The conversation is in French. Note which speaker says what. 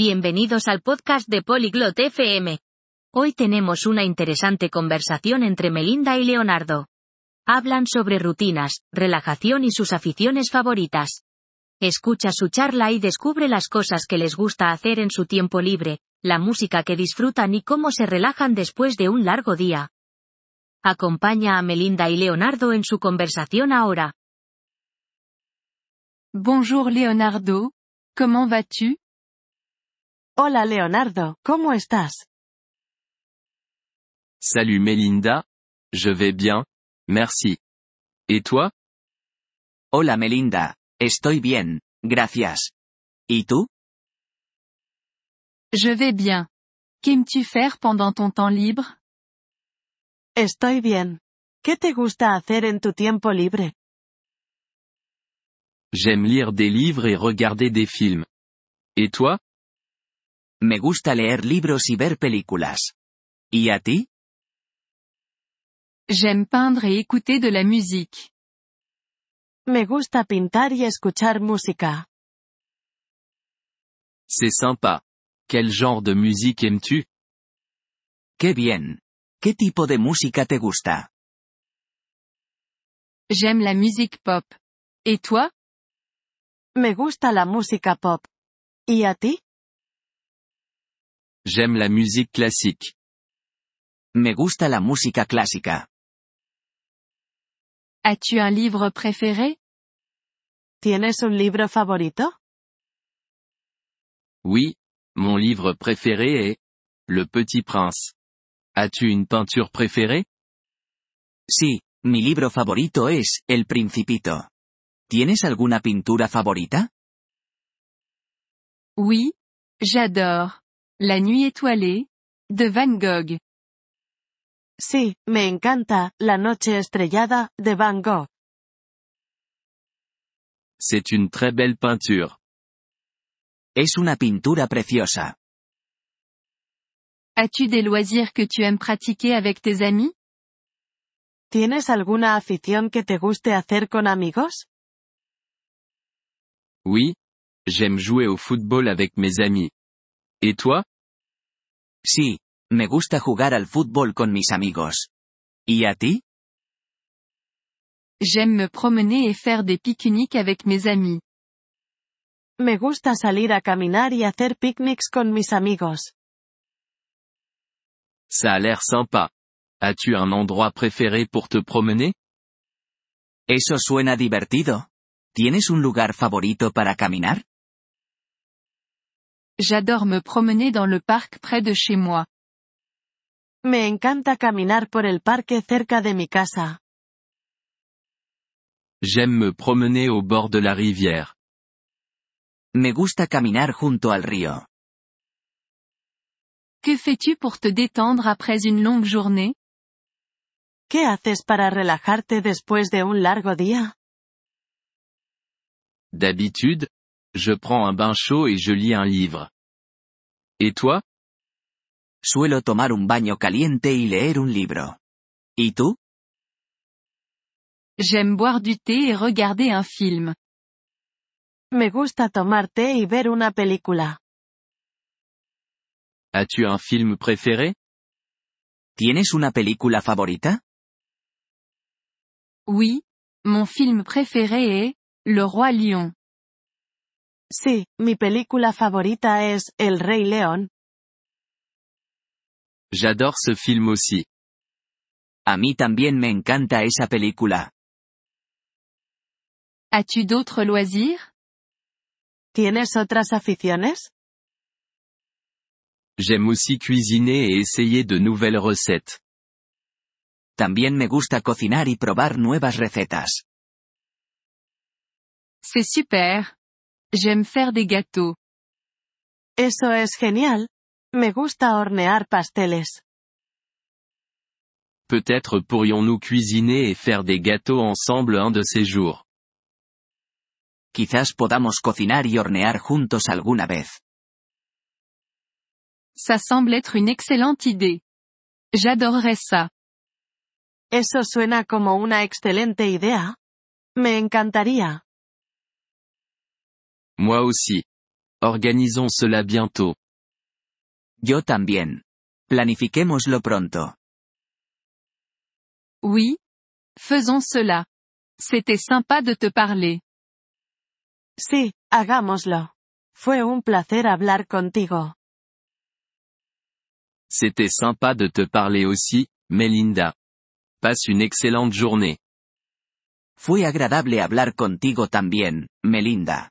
Speaker 1: Bienvenidos al podcast de Polyglot FM. Hoy tenemos una interesante conversación entre Melinda y Leonardo. Hablan sobre rutinas, relajación y sus aficiones favoritas. Escucha su charla y descubre las cosas que les gusta hacer en su tiempo libre, la música que disfrutan y cómo se relajan después de un largo día. Acompaña a Melinda y Leonardo en su conversación ahora.
Speaker 2: Bonjour Leonardo, comment vas-tu?
Speaker 3: Hola Leonardo, ¿cómo estás?
Speaker 4: Salut Melinda. Je vais bien. Merci. Et toi?
Speaker 5: Hola Melinda. Estoy bien. Gracias. ¿Y tú?
Speaker 2: Je vais bien. Qu'aimes-tu faire pendant ton temps libre?
Speaker 3: Estoy bien. ¿Qué te gusta hacer en tu tiempo libre?
Speaker 4: J'aime lire des livres et regarder des films. Et toi?
Speaker 5: Me gusta leer libros y ver películas. ¿Y a ti?
Speaker 2: J'aime peindre et écouter de la musique.
Speaker 3: Me gusta pintar y escuchar música.
Speaker 4: C'est sympa. Quel genre de musique aimes-tu?
Speaker 5: Qué bien. ¿Qué tipo de música te gusta?
Speaker 2: J'aime la musique pop. Et toi?
Speaker 3: Me gusta la música pop. ¿Y a ti?
Speaker 4: J'aime la musique classique.
Speaker 5: Me gusta la música clásica.
Speaker 2: As-tu un livre préféré?
Speaker 3: ¿Tienes un libro favorito?
Speaker 4: Oui, mon livre préféré est Le Petit Prince. As-tu une peinture préférée?
Speaker 5: Sí, mi libro favorito es El Principito. ¿Tienes alguna pintura favorita?
Speaker 2: Oui, j'adore. La nuit étoilée, de Van Gogh.
Speaker 3: Sí, me encanta, La noche estrellada, de Van Gogh.
Speaker 4: C'est une très belle peinture.
Speaker 5: Es una pintura preciosa.
Speaker 2: As-tu des loisirs que tu aimes pratiquer avec tes amis?
Speaker 3: ¿Tienes alguna afición que te guste hacer con amigos?
Speaker 4: Oui, j'aime jouer au football avec mes amis. Et toi?
Speaker 5: Sí, me gusta jugar al fútbol con mis amigos. ¿Y a ti?
Speaker 2: J'aime me promener et faire des pique-niques avec mes amis.
Speaker 3: Me gusta salir a caminar y hacer picnics con mis amigos.
Speaker 4: Ça a l'air sympa. As-tu un endroit préféré pour te promener?
Speaker 5: Eso suena divertido. ¿Tienes un lugar favorito para caminar?
Speaker 2: J'adore me promener dans le parc près de chez moi.
Speaker 3: Me encanta caminar por el parque cerca de mi casa.
Speaker 4: J'aime me promener au bord de la rivière.
Speaker 5: Me gusta caminar junto al río.
Speaker 2: Que fais-tu pour te détendre après une longue journée?
Speaker 3: ¿Qué haces para relajarte después de un largo día?
Speaker 4: D'habitude, je prends un bain chaud et je lis un livre. Et toi?
Speaker 5: Suelo tomar un baño caliente y leer un libro. ¿Y tú?
Speaker 2: J'aime boire du thé et regarder un film.
Speaker 3: Me gusta tomar té y ver una película.
Speaker 4: As-tu un film préféré?
Speaker 5: ¿Tienes una película favorita?
Speaker 2: Oui, mon film préféré est Le Roi Lion.
Speaker 3: Sí, mi película favorita es El Rey León.
Speaker 4: J'adore ce film aussi.
Speaker 5: A mí también me encanta esa película.
Speaker 2: As-tu d'autres loisirs?
Speaker 3: ¿Tienes otras aficiones?
Speaker 4: J'aime aussi cuisiner et essayer de nouvelles recettes.
Speaker 5: También me gusta cocinar y probar nuevas recetas.
Speaker 2: C'est super. J'aime faire des gâteaux.
Speaker 3: Eso es genial. Me gusta hornear pasteles.
Speaker 4: Peut-être pourrions-nous cuisiner et faire des gâteaux ensemble un de ces jours.
Speaker 5: Quizás podamos cocinar y hornear juntos alguna vez.
Speaker 2: Ça semble être une excellente idée. J'adorerais ça.
Speaker 3: Eso suena como una excelente idea. Me encantaría.
Speaker 4: Moi aussi. Organisons cela bientôt.
Speaker 5: Yo también. Planifiquémoslo pronto.
Speaker 2: Oui. Faisons cela. C'était sympa de te parler.
Speaker 3: Sí, hagámoslo. Fue un placer hablar contigo.
Speaker 4: C'était sympa de te parler aussi, Melinda. Passe une excellente journée.
Speaker 5: Fue agradable hablar contigo también, Melinda.